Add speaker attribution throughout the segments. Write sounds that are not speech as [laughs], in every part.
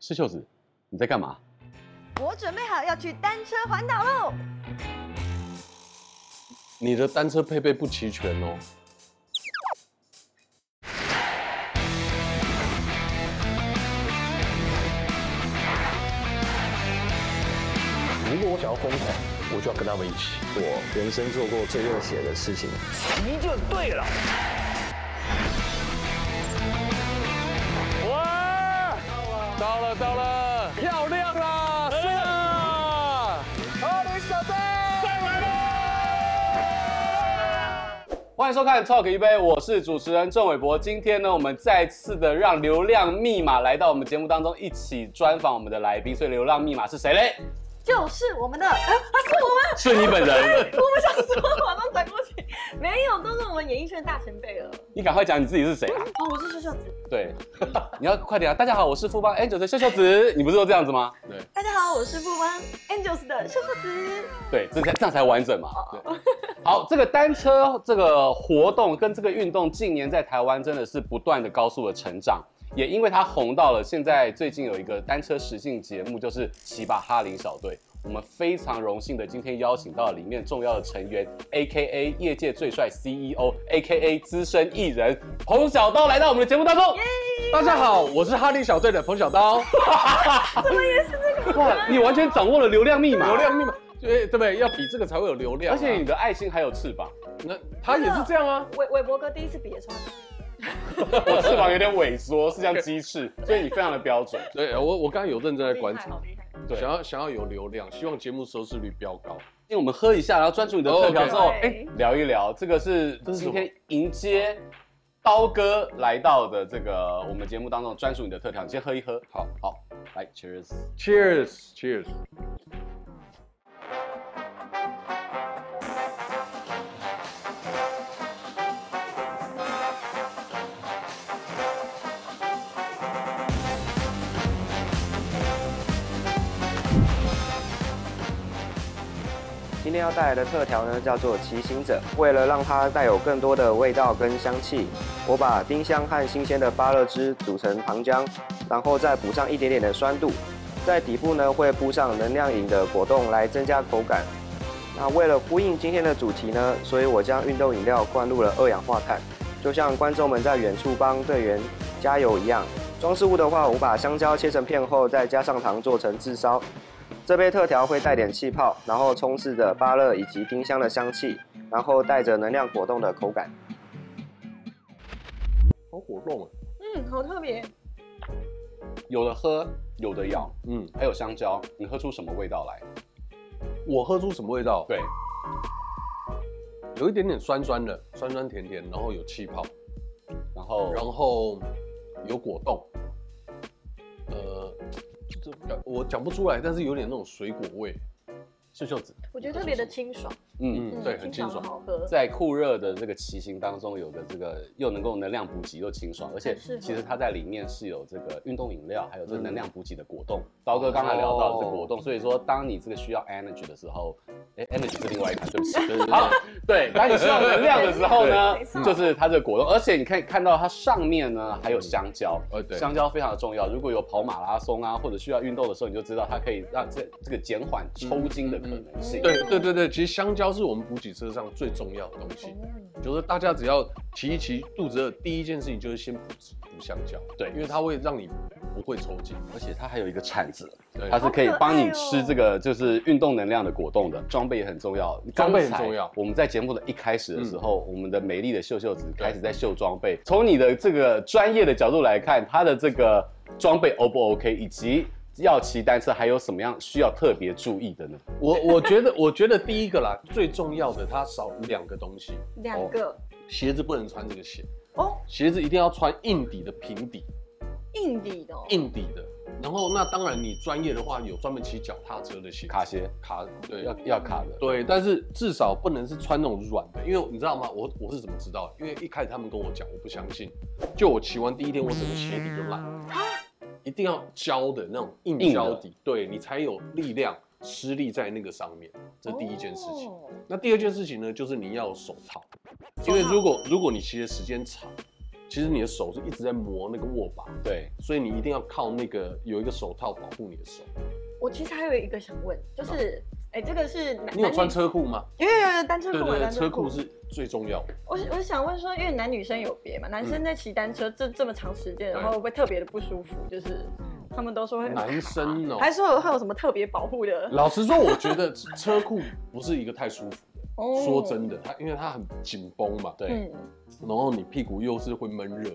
Speaker 1: 是秀子，你在干嘛？
Speaker 2: 我准备好要去单车环岛喽！
Speaker 1: 你的单车配备不齐全哦。
Speaker 3: 如果我想要疯狂，我就要跟他们一起。
Speaker 4: 我人生做过最热血的事情，
Speaker 3: 骑就对了。哇！
Speaker 1: 到了到了，漂亮啦！是啊，
Speaker 3: 好，林小队，再来
Speaker 1: 欢迎收看《Talk 一杯》，我是主持人郑伟博。今天呢，我们再次的让流量密码来到我们节目当中，一起专访我们的来宾。所以流量密码是谁嘞？
Speaker 2: 就是我们的，啊，啊是我们，
Speaker 1: 是你本人。
Speaker 2: [laughs] 我们想说马上转过去，没有，都是我们演艺圈大前辈了。
Speaker 1: 你赶快讲你自己是谁啊？
Speaker 2: 哦，我是秀秀子。
Speaker 1: 对， [laughs] 你要快点啊！大家好，我是富邦 Angel 的秀秀子，你不是都这样子吗？对
Speaker 2: 大家好，我是富邦 Angels 的秀秀子。
Speaker 1: 对，这才这样才完整嘛。对，
Speaker 5: 哦
Speaker 1: [laughs] 好，这个单车这个活动跟这个运动，近年在台湾真的是不断的高速的成长，也因为它红到了现在，最近有一个单车实境节目，就是骑吧哈林小队。我们非常荣幸的今天邀请到里面重要的成员，A K A 业界最帅 C E O A K A 资深艺人彭小刀来到我们的节目当中。
Speaker 5: 大家好，我是哈利小队的彭小
Speaker 1: [laughs]
Speaker 5: 刀。
Speaker 1: 哇，你完全掌握了流量密码，
Speaker 5: 流量密码，哎对对不对？要比这个才会有流量啊、
Speaker 1: 而且你的爱心还有翅膀，
Speaker 5: 那他也是这样啊。
Speaker 2: [laughs] 韦韦伯哥第一次比的时候，
Speaker 1: 我翅膀有点萎缩，是像鸡翅，所以你非常的标准。
Speaker 5: 对，我我刚刚有认真在观察
Speaker 2: 好，厉害。
Speaker 1: 对
Speaker 5: 想要想要有流量，希望节目收视率飙高。
Speaker 1: 因为我们喝一下，然后专注你的特调之后，
Speaker 2: 哦
Speaker 1: 哎、
Speaker 2: ，OK
Speaker 1: 聊一聊这个是
Speaker 5: 这是什
Speaker 1: 今
Speaker 5: 么
Speaker 1: 天迎接刀哥来到的这个我们节目当中专属你的特调，你先喝一喝。好好，来，Cheers！
Speaker 5: Cheers，Cheers。
Speaker 4: 今天要带来的特调呢，叫做骑行者。为了让它带有更多的味道跟香气，我把丁香和新鲜的芭乐汁煮成糖浆，然后再补上一点点的酸度，在底部呢会铺上能量饮的果冻来增加口感。那为了呼应今天的主题呢，所以我将运动饮料灌入了二氧化碳，就像观众们在远处帮队员加油一样。装饰物的话，我把香蕉切成片后，再加上糖做成炙烧，这杯特调会带点气泡，然后充斥着芭乐以及丁香的香气，然后带着能量果冻的口感。
Speaker 5: 好果冻啊。
Speaker 2: 嗯，好特别。
Speaker 1: 有的喝，有的咬，
Speaker 5: 嗯，
Speaker 1: 还有香蕉，你喝出什么味道来？
Speaker 5: 我喝出什么味道？，
Speaker 1: 对，
Speaker 5: 有一点点酸酸的，酸酸甜甜，然后有气泡，
Speaker 1: 然后
Speaker 5: 然后有果冻。呃，这感我讲不出来，但是有点那种水果味。
Speaker 1: 秀秀子，
Speaker 2: 我觉得特别的清爽，
Speaker 1: 嗯，
Speaker 5: 嗯，对，很清爽。
Speaker 2: 好喝。
Speaker 1: 在酷热的这个骑行当中，有的这个又能够能量补给又清爽，而且
Speaker 2: 很适合
Speaker 1: 其实它在里面是有这个运动饮料，还有这个能量补给的果冻。刀哥刚才聊到这果冻，所以说当你这个需要 energy 的时候，哎，energy 是另外一款，对不起。
Speaker 5: 对对对
Speaker 1: 好，对，当你需要能量的时候呢
Speaker 2: 没错，
Speaker 1: 就是它这个果冻，而且你可以看到它上面呢还有香蕉，
Speaker 5: 呃对
Speaker 1: 香蕉非常的重要。如果有跑马拉松啊，或者需要运动的时候，你就知道它可以让这这个减缓抽筋的可能性。
Speaker 5: 对对对对，其实香蕉是我们补给车上最重要的东西，就是大家只要骑一骑，肚子饿，第一件事情就是先补补香蕉，
Speaker 1: 对
Speaker 5: 因为它会让你不会抽筋。
Speaker 1: 而且它还有一个铲子，
Speaker 5: 对，
Speaker 1: 它是可以帮你
Speaker 2: 好可爱
Speaker 1: 吃
Speaker 2: 哦
Speaker 1: 这个就是运动能量的果冻的，装备也很重要。
Speaker 5: 装备很
Speaker 1: 刚才
Speaker 5: 重要嗯
Speaker 1: 我们在节目的一开始的时候，我们的美丽的秀秀子开始在秀装备。从你的这个专业的角度来看，它的这个装备 O 不 OK，以及要骑单车还有什么样需要特别注意的呢？
Speaker 5: 我我觉得我觉得第一个啦，最重要的它少两个东西，
Speaker 2: 两个
Speaker 5: 鞋子不能穿这个鞋，
Speaker 2: 哦，
Speaker 5: 鞋子一定要穿硬底的平底，
Speaker 2: 硬底的哦，
Speaker 5: 硬底的。然后那当然你专业的话有专门骑脚踏车的鞋，
Speaker 1: 卡鞋
Speaker 5: 卡对
Speaker 1: 要要卡的，
Speaker 5: 对，但是至少不能是穿那种软的，因为你知道吗？我我是怎么知道的？因为一开始他们跟我讲，我不相信。就我骑完第一天，我整个鞋底就烂了。一定要胶的那种硬
Speaker 1: 硬的
Speaker 5: 胶底，对你才有力量施力在那个上面。这是第一件事情。
Speaker 2: 哦。
Speaker 5: 那第二件事情呢，就是你要有手套，因为如果如果你骑的时间长，其实你的手是一直在磨那个握把，
Speaker 1: 对，
Speaker 5: 所以你一定要靠那个有一个手套保护你的手。
Speaker 2: 我其实还有一个想问，就是，哎、这个是男
Speaker 5: 你有穿？
Speaker 2: 男
Speaker 5: 车裤吗？
Speaker 2: 女有有有单车
Speaker 5: 对
Speaker 2: 裤，
Speaker 5: 对
Speaker 2: 有
Speaker 5: 对，
Speaker 2: 单
Speaker 5: 车裤。是最重要的。
Speaker 2: 我我想问说，因为男女生有别嘛，男
Speaker 5: 嗯
Speaker 2: 生在骑单车这这么长时间，然后会不会特别的不舒服？就是他们都说会
Speaker 5: 男生哦、
Speaker 2: 还说有会有什么特别保护的？
Speaker 5: 老实说，我觉得车裤不是一个太舒服的。
Speaker 2: 哦
Speaker 5: 说真欸的，它因为它很紧绷嘛，对，
Speaker 2: 嗯，
Speaker 5: 然后你屁股又是会闷热，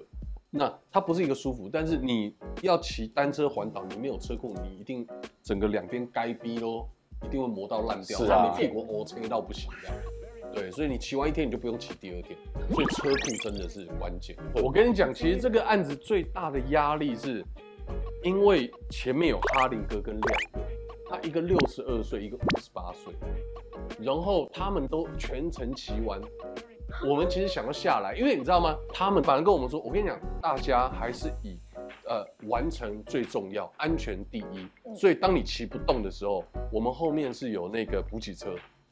Speaker 5: 那它不是一个舒服。但是你要骑单车环岛，你没有车库，你一定整个两边该逼都一定会磨到烂掉，
Speaker 1: 是啊
Speaker 5: 让你屁股 O 撑到不行这样。对，所以你骑完一天你就不用骑第二天，所以车库真的是关键。我跟你讲，其实这个案子最大的压力是，因为前面有哈林哥跟亮哥，他一个六十二岁，一个五十八岁，然后他们都全程骑完。我们其实想要下来，因为你知道吗？他们反而跟我们说，我跟你讲，大家还是以呃完成最重要，安全第一。所以当你骑不动的时候，我们后面是有那个补给车，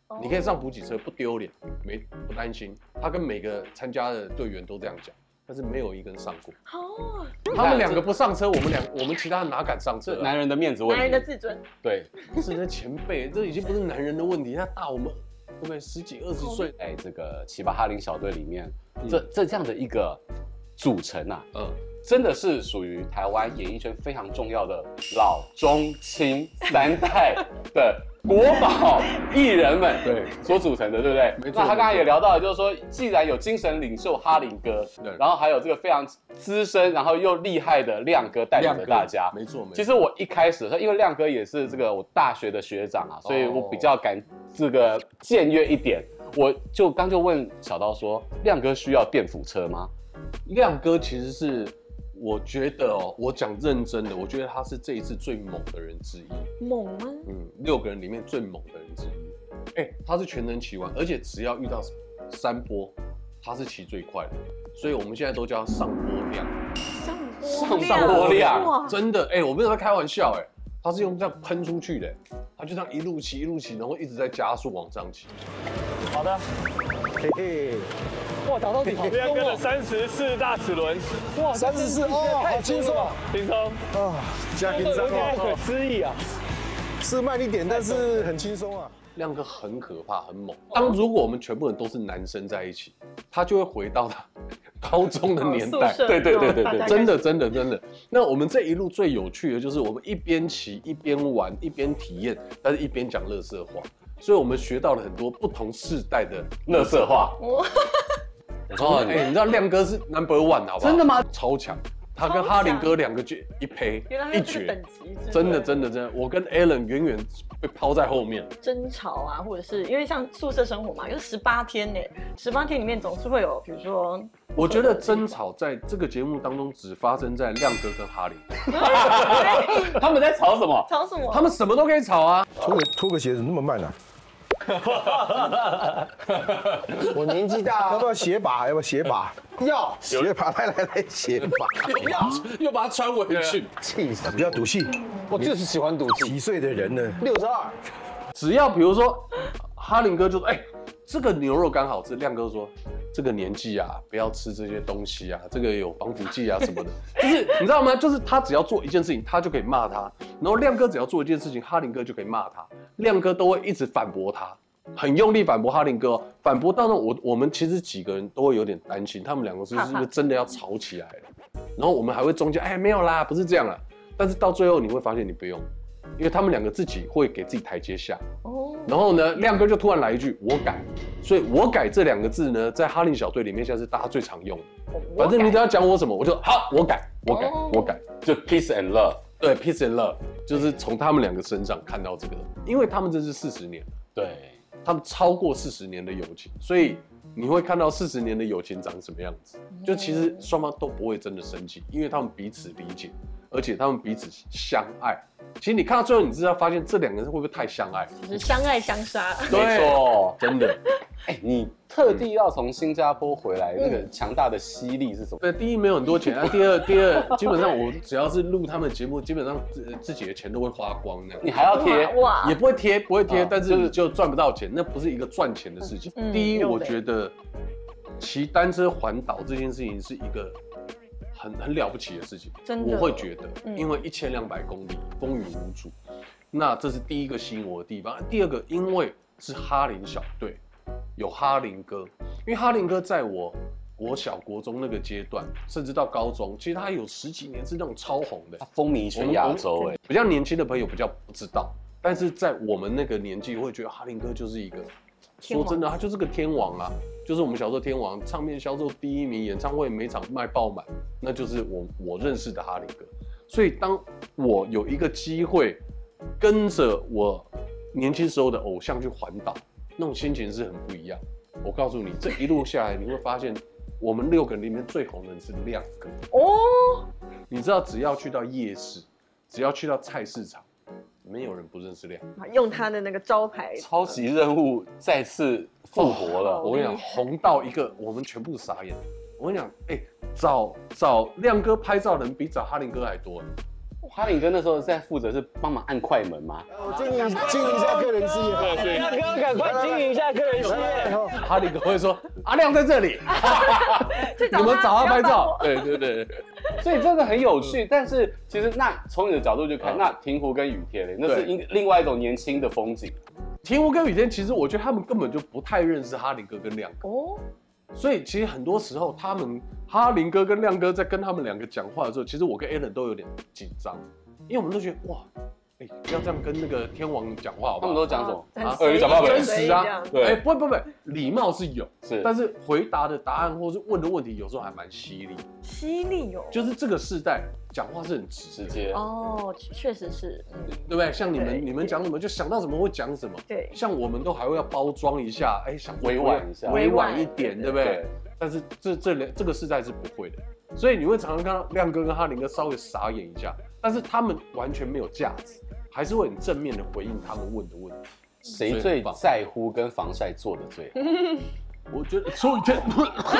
Speaker 2: 哦
Speaker 5: 你可以上补给车，不丢脸，没不担心。他跟每个参加的队员都这样讲，但是没有一个人上过。
Speaker 2: 哦，
Speaker 5: 他们两个不上车，我们两我们其他人哪敢上车
Speaker 1: 这
Speaker 5: 啊、
Speaker 1: 男人的面子问
Speaker 2: 男人的
Speaker 1: 题，
Speaker 2: 自尊，
Speaker 1: 对，
Speaker 5: 不是那前辈，这已经不是男人的问题，他大我们对不对十几二十岁？
Speaker 1: 在这个奇葩哈林小队里面，这这这样的一个组成啊，
Speaker 5: 嗯，
Speaker 1: 真的是属于台湾演艺圈非常重要的老中青三代的国宝艺人们
Speaker 5: 对
Speaker 1: 所组成的，对不对？
Speaker 5: 没错
Speaker 1: 那他刚才
Speaker 5: 没错
Speaker 1: 也聊到了，就是说，既然有精神领袖哈林哥，
Speaker 5: 对
Speaker 1: 然后还有这个非常资深，然后又厉害的亮哥带领着大家。
Speaker 5: 没错没错。
Speaker 1: 其实我一开始的时候，因为亮哥也是这个我大学的学长啊，
Speaker 5: 哦
Speaker 1: 所以我比较敢这个僭越一点。我就刚就问小刀说，亮哥需要电辅车吗？
Speaker 5: 亮哥其实是，我觉得哦，我讲认真的，我觉得他是这一次最猛的人之一。
Speaker 2: 猛吗？
Speaker 5: 嗯，六个人里面最猛的人之一。哎、他是全能骑完，而且只要遇到山坡，他是骑最快的。所以我们现在都叫他上坡亮，
Speaker 2: 上
Speaker 1: 上
Speaker 2: 上
Speaker 1: 上坡量
Speaker 2: 哇，
Speaker 5: 真的哎、我没有在开玩笑哎、他是用这样喷出去的、他就这样一路骑一路骑，然后一直在加速往上骑。
Speaker 6: 好的，
Speaker 3: 嘿嘿，
Speaker 6: 哇，打到底好
Speaker 7: 亮
Speaker 6: 重
Speaker 7: 哥的
Speaker 6: 哦！
Speaker 7: 三十四大齿轮，
Speaker 6: 哇，
Speaker 3: 三十四哦，好轻松啊
Speaker 7: 轻松，，
Speaker 3: 加紧张
Speaker 7: 有点不
Speaker 3: 哦，
Speaker 7: 可思议啊！
Speaker 3: 是慢一点，但是很轻松啊。
Speaker 5: 亮哥很可怕，很猛。当如果我们全部人都是男生在一起，他就会回到他 [laughs] 高中的年代。
Speaker 2: 哦宿舍
Speaker 1: 对对对对对
Speaker 2: 大家
Speaker 5: 真的，真的，真的。那我们这一路最有趣的就是，我们一边骑一边玩，一边体验，但是一边讲乐色话，所以我们学到了很多不同世代的。
Speaker 1: 乐色话，
Speaker 2: 哦
Speaker 1: 我
Speaker 5: 哦，哎、你知道亮哥是 number one 好不好？
Speaker 1: 真的吗？
Speaker 5: 超强，他跟哈林哥两个就一赔
Speaker 2: 原来还
Speaker 5: 一
Speaker 2: 有这个
Speaker 5: 绝
Speaker 2: 等，级，
Speaker 5: 真的
Speaker 2: 真
Speaker 5: 真的真的，我跟 Alan 远远被抛在后面。
Speaker 2: 争吵啊，或者是因为像宿舍生活嘛，就是十八天呢，十八天里面总是会有，比如说 [laughs]
Speaker 5: 我觉得争吵在这个节目当中只发生在亮哥跟哈林，
Speaker 1: 他们在吵什么？
Speaker 2: 哎吵什么，
Speaker 5: 他们什么都可以吵啊。
Speaker 3: 脱个脱个鞋子那么
Speaker 6: [laughs]
Speaker 3: 慢啊？
Speaker 6: 我年纪大
Speaker 3: 要
Speaker 6: 啊
Speaker 3: 不，要鞋拔？要不要鞋拔？要鞋拔，来来来，鞋拔，
Speaker 5: 又把他穿回去。
Speaker 6: 气死！
Speaker 3: 不要赌气。
Speaker 6: 我就是喜欢赌气。
Speaker 3: 几岁的人呢？
Speaker 6: 六十二，
Speaker 5: 只要比如说，哈林哥就说：“哎、这个牛肉干好吃。”亮哥说：“这个年纪啊，不要吃这些东西啊，这个有防腐剂啊什么的。”就是你知道吗？就是他只要做一件事情，他就可以骂他；然后亮哥只要做一件事情，哈林哥就可以骂他。亮哥都会一直反驳他，很用力反驳哈林哥哦，反驳到那我我们其实几个人都会有点担心，他们两个是不是真的要吵起来了？然后我们还会中间哎没有啦，不是这样啦。但是到最后你会发现你不用，因为他们两个自己会给自己台阶下。
Speaker 2: 哦，
Speaker 5: 然后呢，亮哥就突然来一句“我改”，所以“我改”这两个字呢，在哈林小队里面现在是大家最常用的。
Speaker 2: 我
Speaker 5: 反正你只
Speaker 2: 改
Speaker 5: 要讲我什么，我就好，我改，我改
Speaker 2: 哦，
Speaker 5: 我改。
Speaker 1: 就 peace and love。
Speaker 5: 对，peace and love 就是从他们两个身上看到这个，因为他们这是四十年，
Speaker 1: 对，
Speaker 5: 他们超过四十年的友情，所以你会看到四十年的友情长什么样子。
Speaker 2: 嗯
Speaker 5: 就其实双方都不会真的生气，因为他们彼此理解，而且他们彼此相爱。其实你看到最后，你知道发现这两个人会不会太相爱？
Speaker 2: 就是相爱相杀，
Speaker 1: 没
Speaker 5: 对
Speaker 1: 错。
Speaker 5: 真的。
Speaker 1: 哎、你特地要从新加坡回来，那个强大的吸力是什么？
Speaker 5: 对，第一没有很多钱，啊，第二第二基本上我只要是录他们的节目，基本上自自己的钱都会花光那
Speaker 1: 你
Speaker 5: 样。
Speaker 1: 还要贴
Speaker 2: 哇哇
Speaker 5: 也不会
Speaker 2: [laughs]
Speaker 5: 贴，不会贴，
Speaker 1: 啊
Speaker 5: 但是
Speaker 1: 就是
Speaker 5: 你就赚不到钱，那不是一个赚钱的事情。
Speaker 2: 哦嗯
Speaker 5: 第一，
Speaker 2: 用
Speaker 5: 我
Speaker 2: 的
Speaker 5: 觉得骑单车环岛这件事情是一个很很了不起的事情，
Speaker 2: 真的
Speaker 5: 我会觉得，
Speaker 2: 嗯
Speaker 5: 因为一千两百公里风雨无阻，那这是第一个吸引我的地方。第二个，因为是哈林小队，有哈林哥，因为哈林哥在我国小、国中那个阶段，甚至到高中，其实他有十几年是那种超红的
Speaker 1: 它。风靡全亚洲哎、
Speaker 5: 欸比较年轻的朋友比较不知道，但是在我们那个年纪会觉得哈林哥就是一个，
Speaker 2: 天
Speaker 5: 说
Speaker 2: 王
Speaker 5: 真的，他就是个天王啊，就是我们小时候天王，唱片销售第一名，演唱会每场卖爆满，那就是我我认识的哈林哥。所以当我有一个机会跟着我年轻时候的偶像去环岛，那种心情是很不一样。我告诉你，这一路下来，你会发现，我们六个人里面最红的人是亮哥。
Speaker 2: 哦，
Speaker 5: 你知道，只要去到夜市，只要去到菜市场，没有人不认识亮。
Speaker 2: 用他的那个招牌，
Speaker 1: 超级任务再次复活了。
Speaker 5: 我跟你讲，红到一个，我们全部傻眼。我跟你讲，哎、找找亮哥拍照的人比找哈林哥还多。
Speaker 1: 哈林哥那时候在负责是帮忙按快门吗？
Speaker 6: 我经营经营一下个人事业，
Speaker 7: 对，
Speaker 6: 哥赶快经营一下个人事业。
Speaker 5: 哈林哥会说：“阿亮在这里，
Speaker 2: 去
Speaker 5: 你们找他
Speaker 2: 不要打
Speaker 5: 拍照。”
Speaker 2: 我
Speaker 5: 对对对，对
Speaker 1: 所以真的很有趣。但是其实那从你的角度去看，那亭湖跟雨天嘞，那是
Speaker 5: 对
Speaker 1: 另另外一种年轻的风景。
Speaker 5: 庭湖跟雨天，其实我觉得他们根本就不太认识哈林哥跟亮哥。
Speaker 2: 哦，
Speaker 5: 所以其实很多时候，他们哈林哥跟亮哥在跟他们两个讲话的时候，其实我跟 Alan 都有点紧张，因为我们都觉得哇，哎、不要这样跟那个天王讲啊话好不
Speaker 1: 他
Speaker 5: 好？
Speaker 1: 们都讲什么？
Speaker 2: 很
Speaker 1: 呃
Speaker 2: 随
Speaker 1: 讲话
Speaker 2: 意
Speaker 1: 本
Speaker 5: 真
Speaker 1: 人
Speaker 2: 随意
Speaker 5: 实
Speaker 2: 这
Speaker 5: 啊
Speaker 2: 样，
Speaker 1: 对
Speaker 5: 哎、不不不，礼貌是有，
Speaker 1: 是，
Speaker 5: 但是回答的答案或是问的问题，有时候还蛮犀利。
Speaker 2: 犀利哦，
Speaker 5: 就是这个世代讲话是很直
Speaker 1: 直
Speaker 5: 接，
Speaker 1: 接
Speaker 2: 哦，确实是，嗯，
Speaker 5: 对不对？像你
Speaker 2: 对
Speaker 5: 们你们讲什么就想到什么会讲什么，
Speaker 2: 对，
Speaker 5: 像我们都还会要包装一下，哎、想
Speaker 1: 嗯委婉一下
Speaker 5: 委婉一点，
Speaker 2: 委
Speaker 5: 对不对？但是这这两这个世代是不会的，所以你会常常看到亮哥跟哈林哥稍微傻眼一下，但是他们完全没有架子，还是会很正面的回应他们问的问题。
Speaker 1: 谁最在乎跟防晒做的最好？
Speaker 5: 我觉得 [laughs] 所以这
Speaker 1: [laughs]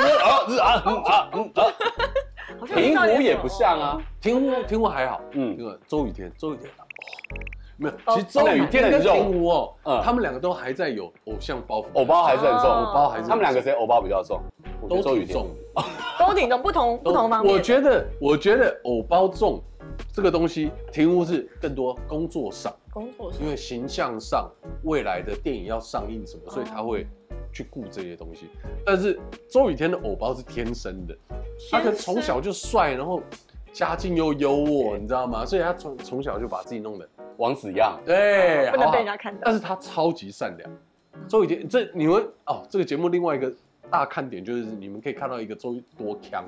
Speaker 1: 啊嗯啊嗯啊！平湖也
Speaker 2: 好像遇到哦点什么
Speaker 1: 不像啊，
Speaker 5: 听过听过还好，
Speaker 1: 嗯
Speaker 5: 那个周雨天，周雨天、哦没有，
Speaker 2: 哦
Speaker 5: 其实周雨天跟
Speaker 1: 他们很肉
Speaker 5: 听吴哦，
Speaker 1: 嗯
Speaker 5: 他们两个都还在有偶像包袱，啊
Speaker 1: 偶包还是很重，
Speaker 2: 哦
Speaker 1: 偶
Speaker 2: 偶
Speaker 1: 包
Speaker 2: 包
Speaker 1: 还
Speaker 2: 还
Speaker 1: 是
Speaker 2: 是很重
Speaker 1: 他们两个谁偶包比较重？我觉
Speaker 5: 都
Speaker 1: 得周雨
Speaker 5: 挺
Speaker 1: 婷
Speaker 5: 重的。
Speaker 2: 都挺重，不同不同方面。
Speaker 5: 我觉得，我觉得偶包重这个东西，停屋是更多工作上，
Speaker 2: 工作上
Speaker 5: 因为形象上未来的电影要上映什
Speaker 2: 哦
Speaker 5: 么，所以他会去顾这些东西。但是周雨天的偶包是天生的，他可能从小就帅，然后家境又优渥，你知道吗？所以他从从小就把自己弄得
Speaker 1: 王子样，
Speaker 5: 对，
Speaker 2: 不能
Speaker 5: 哎好好
Speaker 2: 被人家看到
Speaker 5: 但是他超级善良。周雨天，这你们哦，这个节目另外一个大看点就是你们可以看到一个周多强。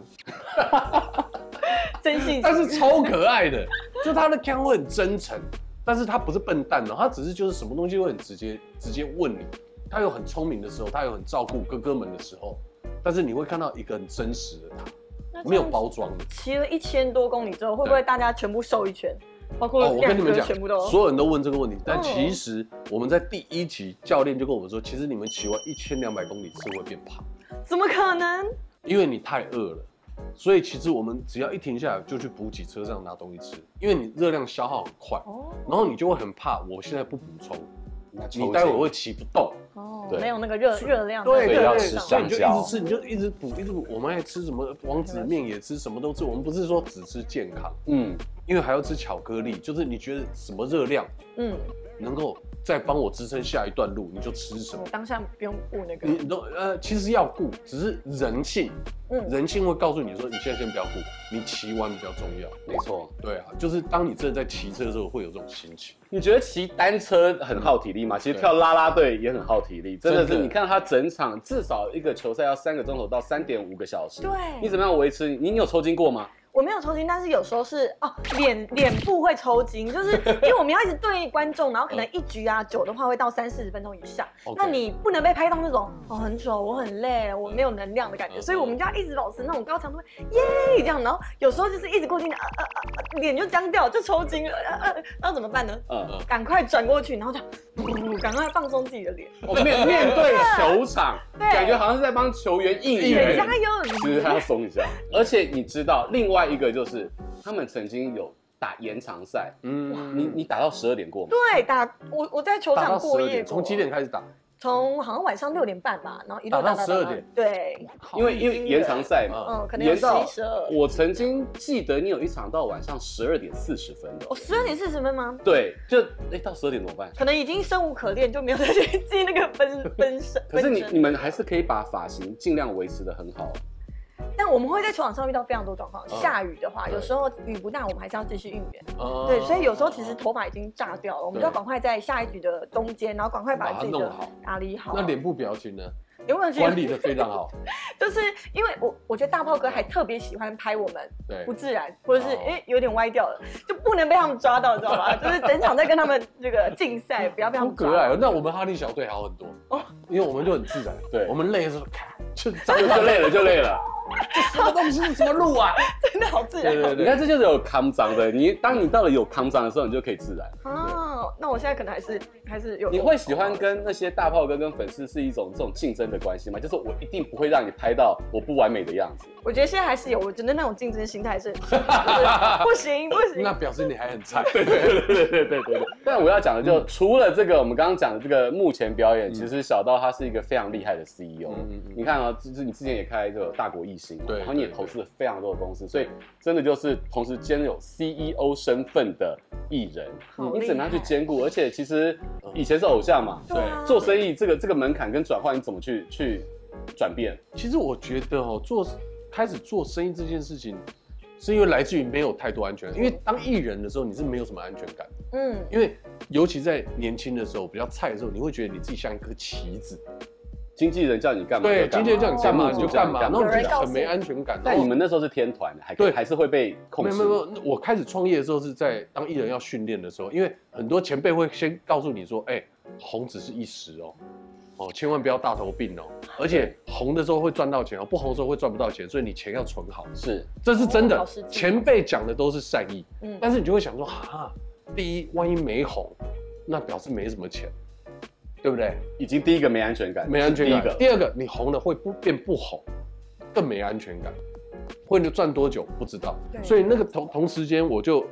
Speaker 2: 真性
Speaker 5: [laughs] 但
Speaker 2: 情，
Speaker 5: 是超可爱的， [laughs] 就他的腔会很真诚，但是他不是笨蛋哦，他只是就是什么东西会很直接，直接问你。他有很聪明的时候，他有很照顾哥哥们的时候，但是你会看到一个很真实的他，
Speaker 2: 那这样
Speaker 5: 没有包装的。
Speaker 2: 骑了一千多公里之后，会不会大家全部瘦一圈？包括
Speaker 5: 哦，我跟
Speaker 2: 亮
Speaker 5: 你们
Speaker 2: 哥
Speaker 5: 讲，
Speaker 2: 全部都
Speaker 5: 所有人都问这个问题，但
Speaker 2: 哦
Speaker 5: 其实我们在第一集教练就跟我们说，其实你们骑完一千两百公里是会变胖，
Speaker 2: 怎么可能？
Speaker 5: 因为你太饿了。所以其实我们只要一停下来就去补给车上拿东西吃，因为你热量消耗很快。
Speaker 2: 哦
Speaker 5: 然后你就会很怕，我现在不补充，
Speaker 1: 那抽
Speaker 5: 你
Speaker 1: 筋
Speaker 5: 待会会骑不动。
Speaker 2: 哦
Speaker 1: 对，
Speaker 2: 没有那个热热量，
Speaker 1: 对
Speaker 5: 对
Speaker 1: 要
Speaker 5: 对，
Speaker 1: 吃
Speaker 5: 所以你就
Speaker 1: 香
Speaker 5: 一
Speaker 1: 蕉
Speaker 5: 直吃，你就一直补，一直补。我们爱吃什么王子面也吃，什么都吃。我们不是说只吃健康，
Speaker 1: 嗯，
Speaker 5: 因为还要吃巧克力，就是你觉得什么热量
Speaker 2: 嗯，
Speaker 5: 能够再帮我支撑下一段路，你就吃什么
Speaker 2: 我。当下不用顾那个
Speaker 5: 你，你都呃，其实要顾，只是人性，
Speaker 2: 嗯，
Speaker 5: 人性会告诉你说，你现在先不要顾，你骑完比较重要。
Speaker 1: 没错。
Speaker 5: 对啊，就是当你真的在骑车的时候，会有这种心情。
Speaker 1: 你觉得骑单车很耗体力吗？其实跳啦啦队也很耗体力，嗯真的
Speaker 5: 真
Speaker 1: 是。
Speaker 5: 的
Speaker 1: 你看他整场至少一个球赛要三个钟头到三点五个小时，
Speaker 2: 对
Speaker 1: 你怎么样维持？你你有抽筋过吗？
Speaker 2: 我没有抽筋，但是有时候是哦，脸脸部会抽筋，就是 [laughs] 因为我们要一直对观众，然后可能一局啊久的话会到三四十分钟以上，
Speaker 5: OK
Speaker 2: 那你不能被拍到那种哦很丑，我很累，我没有能量的感觉，
Speaker 5: 嗯
Speaker 2: 所以我们就要一直保持那种高强度，耶这样，然后有时候就是一直过去，呃呃呃，脸就僵掉，就抽筋了，呃呃，那怎么办呢？
Speaker 1: 嗯嗯。
Speaker 2: 赶快转过去，然后就嗯赶快放松自己的脸，
Speaker 1: 我哦面面对球 [laughs] 场，
Speaker 2: 对
Speaker 1: 感觉好像是在帮球员应
Speaker 2: 对，
Speaker 1: 援，
Speaker 2: 加油！
Speaker 1: 其实他要松一下。而且你知道，另外一个就是他们曾经有打延长赛，
Speaker 5: 嗯，
Speaker 1: 你你打到十二点过吗？
Speaker 2: 对，打我我在球
Speaker 5: 打到
Speaker 2: 场
Speaker 5: 十
Speaker 2: 过
Speaker 5: 二
Speaker 2: 夜
Speaker 5: 点，
Speaker 2: 过
Speaker 5: 从几点？开始打？
Speaker 2: 从好像晚上六点半吧，然后一路
Speaker 5: 打到
Speaker 2: 打
Speaker 5: 12点，
Speaker 2: 对，
Speaker 1: 因为因为延长赛嘛，
Speaker 2: 嗯，可能有
Speaker 1: 延
Speaker 2: 十
Speaker 1: 到
Speaker 2: 一、十二，
Speaker 1: 我曾经记得你有一场到晚上十二点四十分的
Speaker 2: 我，哦十二点四十分吗？
Speaker 1: 对，就哎到十二点怎么办？
Speaker 2: 可能已经生无可恋，就没有再去记那个分分身。
Speaker 1: 可是你
Speaker 2: [laughs] 分身
Speaker 1: 你们还是可以把发型尽量维持的很好，
Speaker 2: 但我们会在球场上遇到非常多状况。下雨的话，
Speaker 5: 对
Speaker 2: 有时候雨不大，我们还是要继续应援。
Speaker 5: 啊
Speaker 2: 对，所以有时候其实头发已经炸掉了，我们就要
Speaker 5: 对
Speaker 2: 赶快在下一局的中间，然后赶快
Speaker 5: 把
Speaker 2: 把
Speaker 5: 它
Speaker 2: 自己
Speaker 5: 弄
Speaker 2: 的
Speaker 5: 好
Speaker 2: 打理好。
Speaker 5: 那脸部表情呢，
Speaker 2: 有没有觉得
Speaker 5: 管理的非常好。
Speaker 2: 就是因为我我觉得大炮哥还特别喜欢拍我们
Speaker 5: 对
Speaker 2: 不，自然，或者是
Speaker 5: 哦
Speaker 2: 哎有点歪掉了，就不能被他们抓到，知道
Speaker 5: [laughs]
Speaker 2: 吗？就是整场在跟他们这个竞赛，不要被他
Speaker 5: 好
Speaker 2: 们抓
Speaker 5: 可爱
Speaker 2: 到。
Speaker 5: 哦。那我们哈利小队好很多
Speaker 2: 哦
Speaker 5: 因为我们就
Speaker 2: [laughs]
Speaker 5: 很自然。
Speaker 1: 对
Speaker 5: 我们累的时候，咔就张
Speaker 1: 就就累了就累了。
Speaker 5: 什么东西什么路
Speaker 2: [laughs]
Speaker 5: 啊？
Speaker 2: 真的好自
Speaker 5: 对
Speaker 2: 然
Speaker 5: 对
Speaker 1: 你
Speaker 5: 对，
Speaker 1: 看这就是有康张的，你当你到了有康张的时候，你就可以自然。
Speaker 2: 哦。那我现在可能还是还是有
Speaker 1: 你会喜欢跟那些大炮哥跟粉丝是一种这种竞争的关系吗？就是我一定不会让你拍到我不完美的样子。
Speaker 2: 我觉得现在还是有，我觉得那种竞争心态
Speaker 5: [laughs]
Speaker 2: 是就是不行不行。
Speaker 5: 那表示你还很菜。
Speaker 1: 对对对对对对对。但我要讲的
Speaker 5: 嗯
Speaker 1: 就、除了这个，我们刚刚讲的这个幕前表演，其实小刀他是一个非常厉害的 CEO。
Speaker 5: 嗯嗯嗯
Speaker 1: 你看啊，就是你之前也开这个大国艺兴嘛，
Speaker 5: 对
Speaker 1: 然后你也
Speaker 5: 对
Speaker 1: 投资了非常多的公司，所以真的就是同时兼有 CEO 身份的艺人，
Speaker 2: 好
Speaker 1: 你怎么样去
Speaker 2: 厉害
Speaker 1: 兼顾？而且其实呃以前是偶像嘛，
Speaker 2: 对啊
Speaker 1: 做生意这个这个门槛跟转换，你怎么去去转变？
Speaker 5: 其实我觉得哦，做开始做生意这件事情，是因为来自于没有太多安全感。因为当艺人的时候，你是没有什么安全感，
Speaker 2: 嗯，
Speaker 5: 因为尤其在年轻的时候，比较菜的时候，你会觉得你自己像一颗棋子，
Speaker 1: 经纪人叫你干嘛？
Speaker 5: 对，经纪人叫你干嘛
Speaker 2: 哦
Speaker 5: 你就干嘛，然后
Speaker 2: 有人
Speaker 5: 你就
Speaker 2: 告
Speaker 5: 很
Speaker 2: 诉
Speaker 5: 没
Speaker 2: 你
Speaker 5: 安全感。哦
Speaker 1: 但
Speaker 5: 然后
Speaker 1: 你们那时候是天团，还
Speaker 5: 对
Speaker 1: 还是会被控
Speaker 5: 没
Speaker 1: 制
Speaker 5: 有没。有没有，那我开始创业的时候是在当艺人要训练的时候，因为很多前辈会先告诉你说，哎、红只是一时哦，哦，千万不要大头病哦，而且红的时候会赚到钱哦，不红的时候会赚不到钱，所以你钱要存好，
Speaker 1: 是，
Speaker 5: 这是真
Speaker 2: 哦
Speaker 5: 的
Speaker 2: 好实。际
Speaker 5: 前辈讲的都是善意，
Speaker 2: 嗯
Speaker 5: 但是你就会想说，哈，第一，万一没红，那表示没什么钱，对不对？
Speaker 1: 已经第一个没安全感，
Speaker 5: 没安全
Speaker 1: 第一
Speaker 5: 感。
Speaker 1: 个
Speaker 5: 第二个，你红了会不变不红，更没安全感。或者赚多久不知道，
Speaker 2: 对
Speaker 5: 所以那个同同时间我就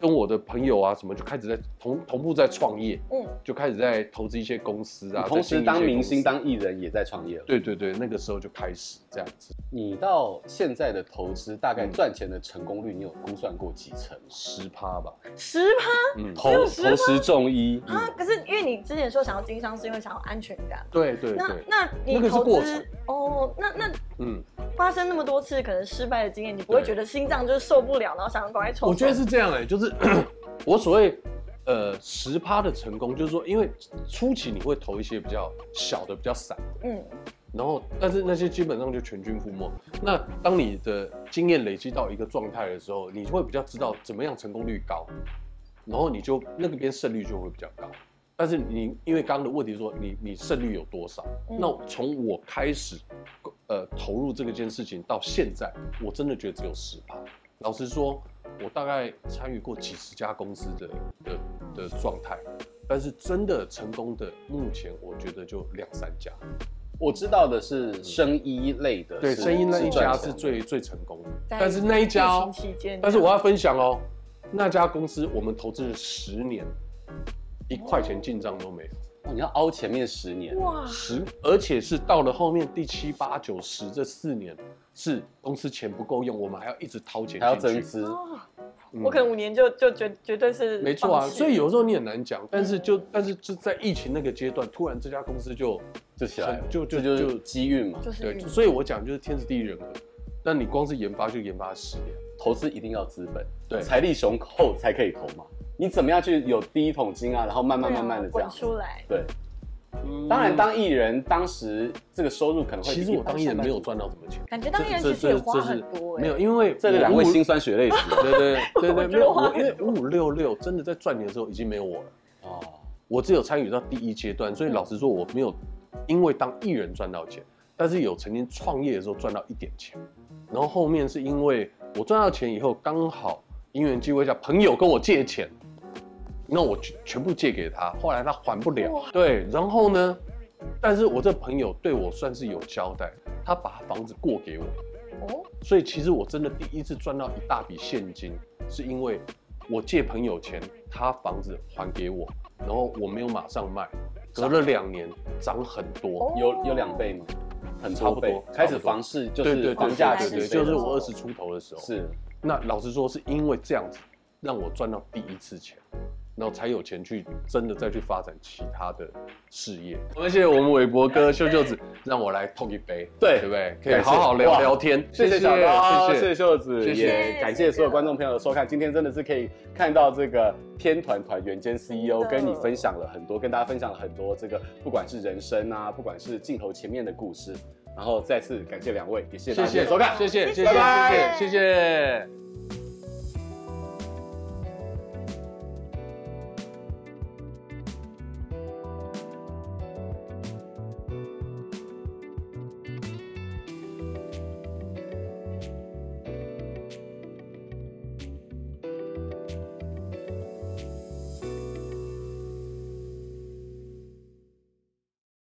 Speaker 5: 跟我的朋友啊什么就开始在同同步在创业，
Speaker 2: 嗯，
Speaker 5: 就开始在投资一些公司啊，
Speaker 1: 同
Speaker 5: 在经
Speaker 1: 时
Speaker 5: 营
Speaker 1: 当
Speaker 5: 一些
Speaker 1: 明
Speaker 5: 公司
Speaker 1: 星、当艺人也在创业了。
Speaker 5: 对对对，那个时候就开始这样子，
Speaker 1: 你到现在的投资大概赚钱的成功率，你有估算过几成？
Speaker 5: 十趴吧，
Speaker 2: 十趴
Speaker 5: 嗯，
Speaker 1: 投投十中一，
Speaker 2: 啊！可是因为你之前说想要经商，是因为想要安全感。
Speaker 5: 对对
Speaker 2: 那
Speaker 5: 对，
Speaker 2: 那
Speaker 5: 那个
Speaker 2: 你
Speaker 5: 是
Speaker 2: 投
Speaker 5: 过
Speaker 2: 资哦，那那
Speaker 5: 嗯，
Speaker 2: 发生那么多次可能失败的经验，你不会
Speaker 5: 对
Speaker 2: 觉得心脏就是受不了，然后想要赶快抽走？
Speaker 5: 我觉得是这样哎、就是 [coughs] 我所谓呃十趴的成功，就是说因为初期你会投一些比较小的、比较散的。
Speaker 2: 嗯，
Speaker 5: 然后，但是那些基本上就全军覆没。那当你的经验累积到一个状态的时候，你会比较知道怎么样成功率高，然后你就那个边胜率就会比较高。但是你因为刚刚的问题说你你胜率有多少？
Speaker 2: 嗯
Speaker 5: 那从我开始，呃，投入这个件事情到现在，我真的觉得只有十趴。老实说，我大概参与过几十家公司的的的状态，但是真的成功的，目前我觉得就两三家。
Speaker 1: 我知道的是生意类的，
Speaker 5: 对，
Speaker 1: 是
Speaker 5: 声音那一
Speaker 1: 赚
Speaker 5: 家
Speaker 1: 钱
Speaker 5: 是
Speaker 1: 的
Speaker 5: 最最成功的，
Speaker 2: 在
Speaker 5: 但是那一家
Speaker 2: 疫
Speaker 5: 哦，
Speaker 2: 情期间，
Speaker 5: 但是我要分享哦，那家公司我们投资了十年，一块钱进账都没有，
Speaker 1: 哦你要凹前面十年，
Speaker 2: 哇，
Speaker 5: 十，而且是到了后面第七八九十这四年，是公司钱不够用，我们还要一直掏钱
Speaker 1: 还要
Speaker 5: 进
Speaker 1: 增
Speaker 5: 去，
Speaker 1: 资，
Speaker 2: 哦
Speaker 5: 嗯
Speaker 2: 我可能五年就就绝绝对是
Speaker 5: 没错啊，
Speaker 2: 放弃
Speaker 5: 所以有时候你很难讲，但是就但是就在疫情那个阶段，突然这家公司就
Speaker 1: 就起来了，
Speaker 5: 就就
Speaker 1: 这就
Speaker 5: 就是
Speaker 1: 机遇嘛，
Speaker 2: 就是
Speaker 5: 对，
Speaker 2: 运
Speaker 5: 所以我讲就是天时地利人和，那你光是研发就研发了十年。
Speaker 1: 投资一定要资本，
Speaker 5: 对
Speaker 1: 财力雄厚才可以投嘛。你怎么样去有第一桶金啊，然后慢慢慢慢的这
Speaker 2: 对啊
Speaker 1: 样
Speaker 2: 滚，出来，
Speaker 1: 对。当然，当艺人当时这个收入可能会比
Speaker 5: 嗯其实我当艺人没有
Speaker 1: 一般上班
Speaker 5: 赚到什么钱，
Speaker 2: 感觉当艺人
Speaker 5: 这
Speaker 2: 其实也
Speaker 5: 这这
Speaker 2: 花很多哎，
Speaker 5: 没有，因为
Speaker 1: 族，这个两位
Speaker 5: 我
Speaker 1: 辛酸血
Speaker 5: [laughs]
Speaker 1: 泪史
Speaker 2: [laughs]
Speaker 5: 对对对对，
Speaker 2: 我觉得
Speaker 5: 没有
Speaker 2: 花
Speaker 5: 我，
Speaker 2: 很
Speaker 5: 因为五五六六真的在赚钱的时候已经没有我了，
Speaker 1: 哦，
Speaker 5: 我只有参与到第一阶段，
Speaker 2: 嗯
Speaker 5: 所以老实说我没有因为当艺人赚到钱，但是有曾经创业的时候赚到一点钱，然后后面是因为我赚到钱以后，刚好因缘机会下朋友跟我借钱，那我全全部借给他，后来他还不了，对，然后呢，但是我这朋友对我算是有交代，他把房子过给我。
Speaker 2: 哦，
Speaker 5: 所以其实我真的第一次赚到一大笔现金，是因为我借朋友钱，他房子还给我，然后我没有马上卖，隔了两年涨很多，
Speaker 2: 哦
Speaker 1: 有有两倍吗？很
Speaker 5: 差不多
Speaker 1: 倍开
Speaker 5: 差
Speaker 1: 始
Speaker 5: 不多
Speaker 1: 房市就
Speaker 5: 对对
Speaker 1: 是
Speaker 5: 对
Speaker 1: 房
Speaker 5: 对
Speaker 1: 价
Speaker 5: 对
Speaker 1: 起
Speaker 5: 对，
Speaker 1: 飞
Speaker 5: 就是
Speaker 1: 了
Speaker 5: 我二十出头的时候。
Speaker 1: 是
Speaker 5: 那老实说，是因为这样子让我赚到第一次钱，然后才有钱去真的再去发展其他的事业。我 [laughs] 们谢谢我们韦伯哥、秀秀子，让我来碰一杯，
Speaker 1: 对
Speaker 5: 对不对？可
Speaker 1: 感
Speaker 5: 以
Speaker 1: 谢
Speaker 5: 好好聊
Speaker 1: 哇
Speaker 5: 聊天。
Speaker 1: 谢谢小刀，谢谢秀子，
Speaker 5: 谢谢
Speaker 1: 也感谢所有观众朋友的收看。今天真的是可以看到这个天团团员兼 CEO
Speaker 2: 真的
Speaker 1: 跟你分享了很多，跟大家分享了很多这个不管是人生啊，不管是镜头前面的故事。然后再次感谢两位，也谢谢大
Speaker 5: 谢
Speaker 1: 家今天的
Speaker 5: 谢
Speaker 1: 收看，
Speaker 5: 谢谢谢谢
Speaker 2: 拜
Speaker 5: 谢
Speaker 2: 拜
Speaker 5: 谢谢谢。